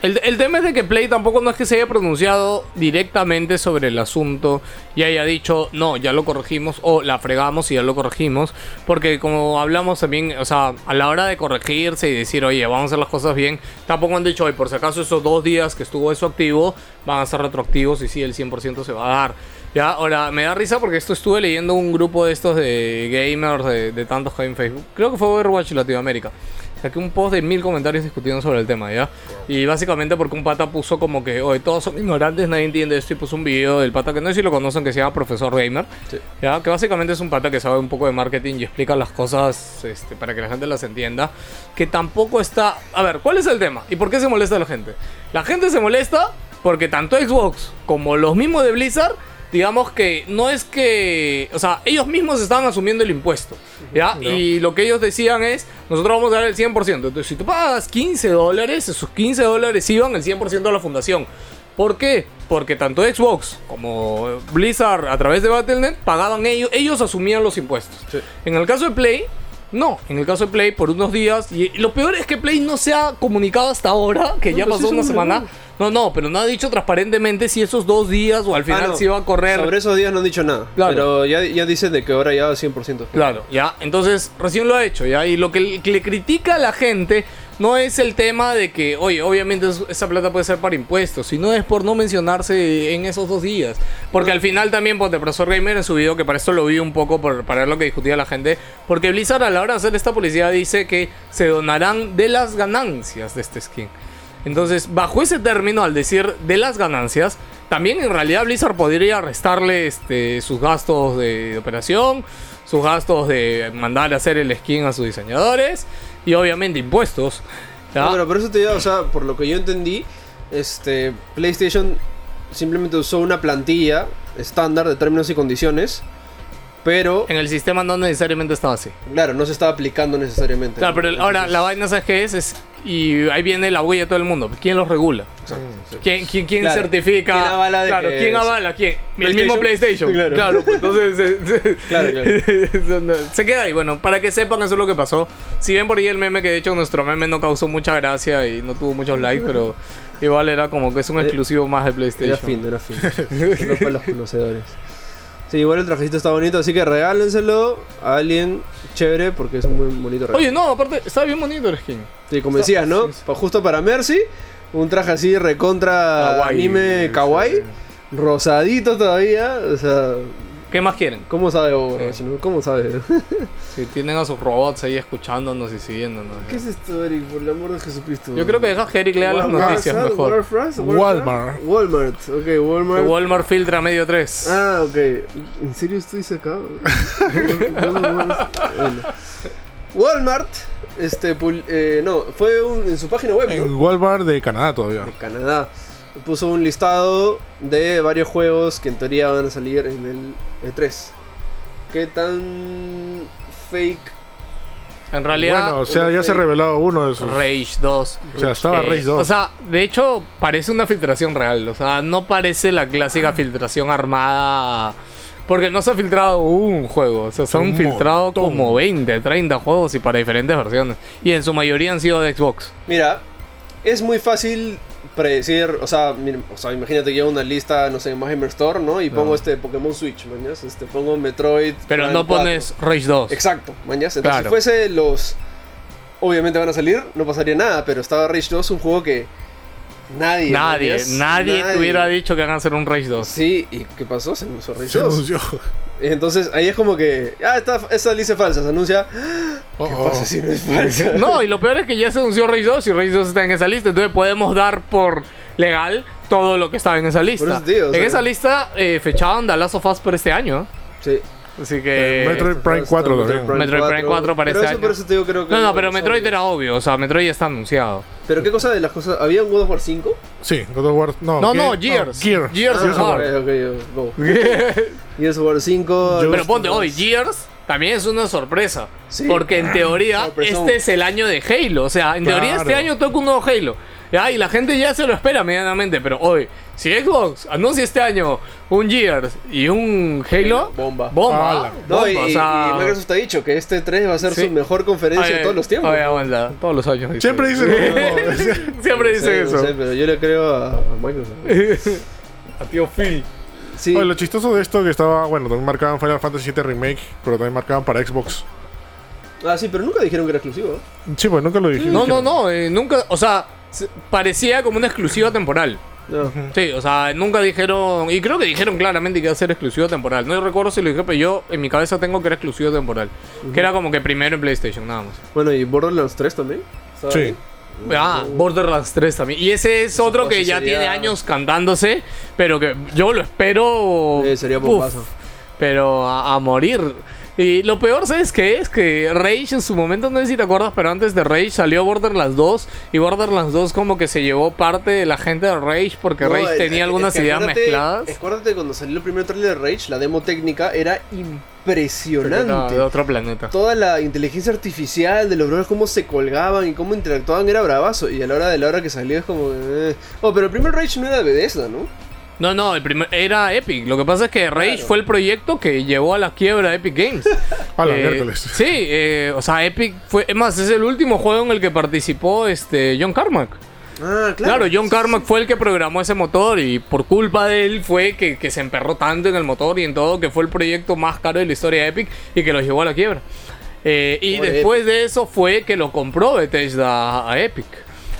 B: El, el tema es de que Play tampoco no es que se haya pronunciado directamente sobre el asunto y haya dicho, no, ya lo corregimos o la fregamos y ya lo corregimos. Porque como hablamos también, o sea, a la hora de corregirse y decir, oye, vamos a hacer las cosas bien, tampoco han dicho, oye, por si acaso esos dos días que estuvo eso activo van a ser retroactivos y sí, el 100% se va a dar. Ya, ahora me da risa porque esto estuve leyendo un grupo de estos de gamers de, de tantos que hay en Facebook. Creo que fue Overwatch Latinoamérica. Saqué un post de mil comentarios discutiendo sobre el tema, ¿ya? Y básicamente porque un pata puso como que, oye, todos son ignorantes, nadie entiende esto, y puso un video del pata que no sé si lo conocen, que se llama Profesor Gamer,
A: Sí.
B: ¿ya? Que básicamente es un pata que sabe un poco de marketing y explica las cosas este, para que la gente las entienda, que tampoco está... A ver, ¿cuál es el tema? ¿Y por qué se molesta la gente? La gente se molesta porque tanto Xbox como los mismos de Blizzard digamos que no es que, o sea, ellos mismos estaban asumiendo el impuesto, ¿ya? Y lo que ellos decían es, nosotros vamos a dar el 100%, entonces si tú pagas 15 dólares, esos 15 dólares iban el 100% a la fundación. ¿Por qué? Porque tanto Xbox como Blizzard a través de Battle.net pagaban ellos, ellos asumían los impuestos. En el caso de Play, no, en el caso de Play por unos días, y y lo peor es que Play no se ha comunicado hasta ahora, que ya
A: pues
B: pasó
A: sí,
B: una
A: son
B: semana. No, no, pero no ha dicho transparentemente si esos dos días o al final
A: Ah, no.
B: se iba a correr.
A: Sobre esos días no han dicho nada.
B: Claro.
A: Pero ya, ya dicen de que ahora ya 100%.
B: Claro, ya. Entonces, recién lo ha hecho, ya. Y lo que le, que le critica a la gente no es el tema de que, oye, obviamente es- esa plata puede ser para impuestos, sino es por no mencionarse en esos dos días. Porque al final también, ponte, profesor Gamer en su video, que para esto lo vi un poco, por, para ver lo que discutía la gente, porque Blizzard a la hora de hacer esta publicidad dice que se donarán de las ganancias de este skin. Entonces, bajo ese término, al decir de las ganancias, también en realidad Blizzard podría restarle este, sus gastos de operación, sus gastos de mandar a hacer el skin a sus diseñadores y obviamente impuestos. ¿ya?
A: No, pero por eso te digo, o sea, por lo que yo entendí, este PlayStation simplemente usó una plantilla estándar de términos y condiciones, pero
B: En el sistema no necesariamente estaba así.
A: claro, no se estaba aplicando necesariamente.
B: Claro, pero el- ahora la vaina, ¿sabes qué es? es y ahí viene la huella de todo el mundo. ¿Quién los regula?
C: Mm,
B: ¿Quién, quién, quién
A: Claro.
B: certifica?
A: ¿Quién avala de
B: claro,
A: que
B: ¿quién
A: es-
B: avala? ¿Quién? El mismo PlayStation.
A: PlayStation. Claro.
B: Claro, pues, entonces se- se-
A: Claro, claro.
B: eso no- se queda ahí. Bueno, para que sepan eso es lo que pasó. Si ven por ahí el meme, que de hecho nuestro meme no causó mucha gracia y no tuvo muchos likes, pero igual era como que es un exclusivo más de
A: Eh, Era
B: PlayStation.
A: fin, era fin. Solo para los conocedores. Sí, igual el trajecito está bonito, así que regálenselo a alguien chévere porque es un muy bonito regalo.
B: Oye, no, aparte, está bien bonito el skin.
A: Sí, como decías, ¿no? Pa- Justo para Mercy, un traje así recontra
B: Kawaii,
A: anime kawaii, rosadito todavía, o sea,
B: ¿Qué más quieren?
A: ¿cómo sabe Overwatch,
B: Sí.
A: no? ¿Cómo sabe?
B: Si tienen a sus robots ahí escuchándonos y siguiéndonos.
A: ¿Qué es esto, Eric? Por el amor de Jesucristo.
B: Yo creo que deja a Eric lea las
A: Walmart,
B: noticias
A: ¿sabes?
B: mejor.
A: Walmart,
C: Walmart.
A: Walmart, ok,
B: Que
A: Walmart.
B: Walmart filtra medio 3.
A: Ah, ok. ¿En serio estoy sacado? Walmart. Bueno. Walmart, este, pul- eh, no, fue un- en su página web, ¿no?
C: En Walmart de Canadá todavía.
A: de Canadá. Puso un listado de varios juegos que en teoría van a salir en el E3. ¿Qué tan fake?
B: En realidad,
C: Bueno, o sea, ya se ha revelado uno de sus.
B: Rage 2.
C: O sea, estaba
B: Eh,
C: Rage 2.
B: O sea, de hecho, parece una filtración real. O sea, no parece la
C: Ah.
B: clásica filtración armada. Porque no se ha filtrado un juego. O sea, se han
C: Un
B: filtrado
C: montón.
B: como 20, 30 juegos y para diferentes versiones. Y en su mayoría han sido de Xbox.
A: Mira, es muy fácil predecir, o sea, mira, o sea imagínate que llevo una lista, no sé, en Hammer Store, ¿no? Y pongo este Pokémon Switch, mañas, este, pongo Metroid.
B: Pero
A: Prime
B: no
A: 4.
B: pones Rage 2.
A: Exacto, mañas. Entonces,
B: Pues,
A: si
B: Claro.
A: fuese los... Obviamente van a salir, no pasaría nada, pero estaba Rage 2, un juego que... Nadie,
B: Nadie,
A: mañas,
B: nadie, te hubiera dicho que van a hacer un Rage 2.
A: Sí, ¿y qué pasó? Se anunció Rage
C: Se
A: 2.
C: anunció.
A: Entonces ahí es como que. Ah, esta, esta lista es falsa. Se anuncia.
C: Oh,
A: ¿Qué
C: oh.
A: pasa si no es falsa?
B: No, y lo peor es que ya se anunció Rage 2 y Rage 2 está en esa lista. Entonces podemos dar por legal todo lo que estaba en esa lista.
A: eso te digo, o
B: en
A: sea-
B: esa lista eh, fechaban The Last of Us por este año.
A: Sí.
B: Así que.
C: Metroid Prime 4 también.
B: Metroid Prime 4 para
A: pero
B: este
A: eso,
B: año.
A: Por eso te digo, creo que
B: No, no,
A: lo
B: pero
A: lanzaron.
B: Metroid era obvio. O sea, Metroid ya está anunciado.
A: Pero qué cosa de las cosas. ¿Había un God of War 5?
C: oh. Sí, God of War. No,
B: No,
C: ¿qué?
B: no, Gears.
C: Gears.
B: Gears
A: Ah,
B: of War.
A: ok, ok, go. Gears of War 5.
C: Yo-
B: Pero ponte, hoy Gears también es una sorpresa.
A: Sí.
B: Porque en teoría,
A: Sorpresón.
B: este es el año de Halo. O sea, en teoría
C: Claro.
B: este año toca un nuevo Halo. Ya, y la gente ya se lo espera medianamente. Pero hoy, si Xbox anuncia este año un Gears y un Halo.
A: Ah, Bomba.
B: Bomba.
C: Ala.
A: No,
B: bomba,
A: y,
B: o
A: y-
B: sea-
A: y Microsoft ha dicho que este 3 va a ser
B: Sí.
A: su mejor conferencia
B: Oye,
A: de todos los tiempos.
B: oye, aguanta, todos los años. dice.
C: Siempre dicen lo mismo.
B: Siempre
A: Sí,
B: dicen
A: no
B: eso.
A: sé, pero yo le creo a, a Microsoft.
B: A tío Phil.
A: Sí.
C: Oye, lo chistoso de esto que estaba, bueno, también marcaban Final Fantasy VII Remake, pero también marcaban para Xbox.
A: Ah, sí, pero nunca dijeron que era exclusivo. ¿eh?
C: Sí, pues nunca lo dijeron.
B: No, no, no. eh, nunca. O sea, se- parecía como una exclusiva temporal.
A: No.
B: Sí, o sea, nunca dijeron, y creo que dijeron claramente que iba a ser exclusivo temporal. No recuerdo si lo dije, pero yo en mi cabeza tengo que era exclusivo temporal. Que era como que primero en PlayStation, nada más.
A: Bueno, y Borderlands 3 también. ¿Estaba
C: Sí.
A: ahí?
B: Ah, Borderlands 3 también. Y ese es otro
A: cosa
B: que ya
A: sería-
B: tiene años cantándose, pero que yo lo espero.
A: Eh, sería
B: uf,
A: bombazo.
B: Pero a, a morir. Y lo peor, ¿sabes qué? Es que Rage en su momento, no sé si te acuerdas, pero antes de Rage salió Borderlands 2. Y Borderlands 2 como que se llevó parte de la gente de Rage porque
A: No,
B: Rage
A: eh,
B: tenía
A: eh,
B: algunas
A: es que
B: ideas
A: acuérdate-
B: mezcladas.
A: Acuérdate cuando salió el primer trailer de Rage, la demo técnica era impresionante.
B: de otro planeta.
A: Toda la inteligencia artificial de los brothers, cómo se colgaban y cómo interactuaban, era bravazo. Y a la hora de la hora que salió es como. eh. Oh, pero el primer Rage no era de Bethesda, ¿no?
B: No, no, el primer era Epic. Lo que pasa es que Rage
A: Claro.
B: fue el proyecto que llevó a la quiebra a Epic Games.
C: A la
B: Eh,
C: miércoles.
B: Sí, eh, o sea, Epic fue. Es más, es el último juego en el que participó este John Carmack.
A: Ah,
B: Claro, John Carmack fue el que programó ese motor y por culpa de él fue que, que se emperró tanto en el motor y en todo que fue el proyecto más caro de la historia de Epic y que lo llevó a la quiebra. Eh, y
A: Pobre
B: después de eso fue que lo compró Bethesda a Epic.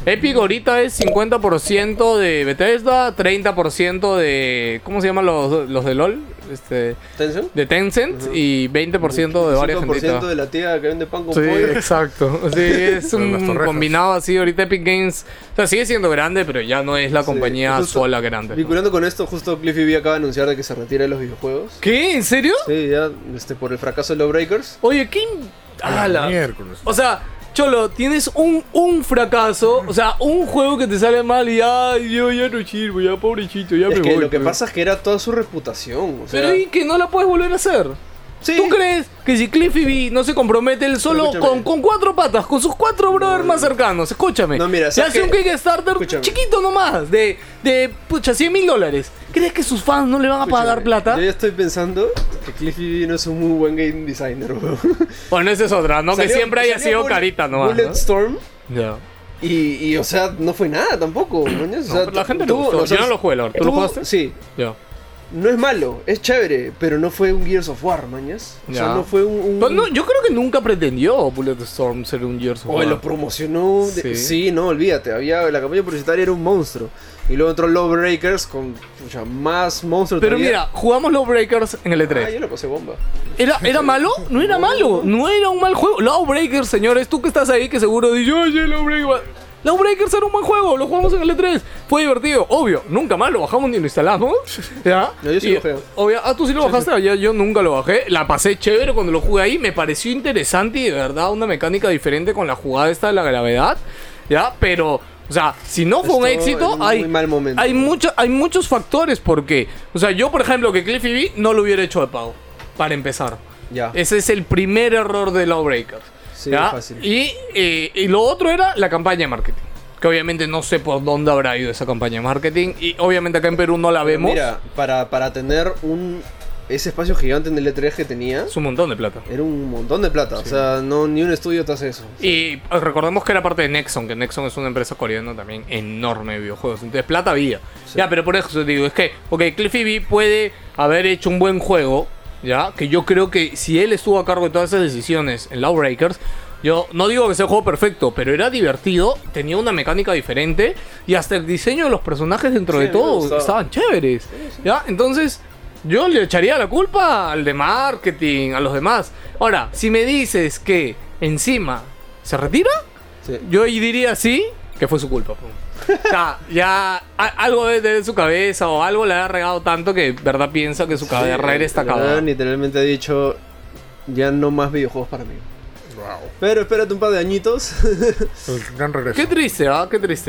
B: Epic ahorita es 50% de Bethesda, 30% de... ¿Cómo se llaman los, los de LOL? Este,
A: ¿Tencent?
B: de Tencent y 20% de varias
A: 5%
B: gentitas.
A: de la tía que vende pan con
B: Sí,
A: pollo.
B: exacto. Sí, es
C: Con las
B: un
C: torrejas.
B: combinado así. Ahorita Epic Games, o sea, sigue siendo grande, pero ya no es la compañía
A: justo.
B: sola grande. ¿no?
A: Vinculando con esto, justo Cliffy B acaba de anunciar de que se retira de los videojuegos.
B: ¿Qué? ¿En serio?
A: Sí, ya, este, por el fracaso de los Breakers.
B: Oye, ¿qué? in-
A: Ah,
C: A la
B: ¡Hala!
C: miércoles.
B: O sea, Cholo, tienes un, un fracaso, o sea, un juego que te sale mal y ay, yo ya no sirvo, ya pobrecito, ya
A: Es
B: me
A: que
B: voy.
A: lo que
B: pues.
A: pasa es que era toda su reputación. O sea,
B: Pero y que no la puedes volver a hacer.
A: sí,
B: ¿Tú crees que si Cliffy B no se compromete él solo
A: escúchame.
B: con, con cuatro patas, con sus cuatro brothers más cercanos? Escúchame.
A: No, mira,
B: se
A: ¿sabes
B: hace un
A: qué?
B: Kickstarter
A: Escúchame.
B: chiquito nomás, de, de pucha, 100 mil dólares. ¿Crees que sus fans no le van a pagar
A: escúchame,
B: plata?
A: Yo ya estoy pensando que Cliffy B no es un muy buen game designer, weón.
B: Bueno, esa es otra, ¿no? que
A: Salió-
B: siempre haya
A: salió
B: sido
A: Bullet-
B: carita nomás.
A: Bullet
B: ¿no?
A: Storm.
B: Ya.
A: Y, y, o sea, no fue nada tampoco. coño, o sea,
B: pero la gente le
A: tú-
B: gustó.
A: o sea,
B: Yo no lo jugué, Lord. ¿Tú lo jugaste?
A: Sí.
B: Ya.
A: No es malo, es chévere, pero no fue un Gears of War, mañas. O sea,
B: Ya.
A: no fue un... un-
B: Pero Pues no, yo creo que nunca pretendió Bullet Storm ser un Gears of
A: Oye,
B: War.
A: lo promocionó. de-
B: Sí.
A: Sí. no, olvídate. Había, la campaña publicitaria era un monstruo. Y luego entró Lawbreakers con pucha, más monstruos
B: Pero
A: todavía.
B: mira, jugamos Love Breakers en el E E3.
A: Ah, yo lo pasé bomba.
B: ¿Era, ¿Era malo? No era malo. No era un mal juego. Lawbreakers, señores. Tú que estás ahí, que seguro dices, oye, Lawbreakers. Lawbreakers era un buen juego. Lo jugamos en el E3. Fue divertido. Obvio. Nunca más lo bajamos ni lo instalamos. ¿Ya?
A: No, yo sí
B: Y-
A: lo bajé.
B: obvia- ah, tú sí lo bajaste. Ya, yo nunca lo bajé. La pasé chévere cuando lo jugué ahí. Me pareció interesante y de verdad una mecánica diferente con la jugada esta de la gravedad. ¿Ya? Pero... O sea, si no fue
A: Estuvo
B: un éxito,
A: en un
B: hay,
A: muy mal momento.
B: hay, mucho- hay muchos factores porque, o sea, yo por ejemplo que Cliffy B no lo hubiera hecho de pago, para empezar.
A: Ya.
B: Ese es el primer error de Lawbreakers.
A: Sí,
B: ¿ya?
A: fácil.
B: Y, eh, y lo otro era la campaña de marketing. Que obviamente no sé por dónde habrá ido esa campaña de marketing. Y obviamente acá en Perú no la vemos.
A: Mira, para, para tener un ese espacio gigante en el E3 que tenía,
B: Es un montón de plata.
A: era un montón de plata. O sea, no ni un estudio te hace eso.
B: Y eh, recordemos que era parte de Nexon, que Nexon es una empresa coreana también enorme de videojuegos. Entonces, plata había. Ya, pero por eso te digo, es que, ok, Cliffy B puede haber hecho un buen juego, ya, que yo creo que si él estuvo a cargo de todas esas decisiones en Lawbreakers, yo no digo que sea un juego perfecto, pero era divertido, tenía una mecánica diferente y hasta el diseño de los personajes dentro
A: Sí,
B: de
A: a mí me
B: todo
A: gustaba.
B: estaban chéveres. Ya, entonces yo le echaría la culpa al de marketing, a los demás. Ahora, si me dices que encima se retira,
A: Sí.
B: yo ahí diría sí, que fue su culpa. po. O sea, ya a- algo debe tener en su cabeza o algo le ha regado tanto que verdad piensa que su carrera está
A: El weón
B: acabada.
A: literalmente ha dicho, ya no más videojuegos para mí.
C: Wow.
A: Pero espérate un par de añitos.
C: El gran regreso.
B: Qué triste, ¿ah? Qué triste.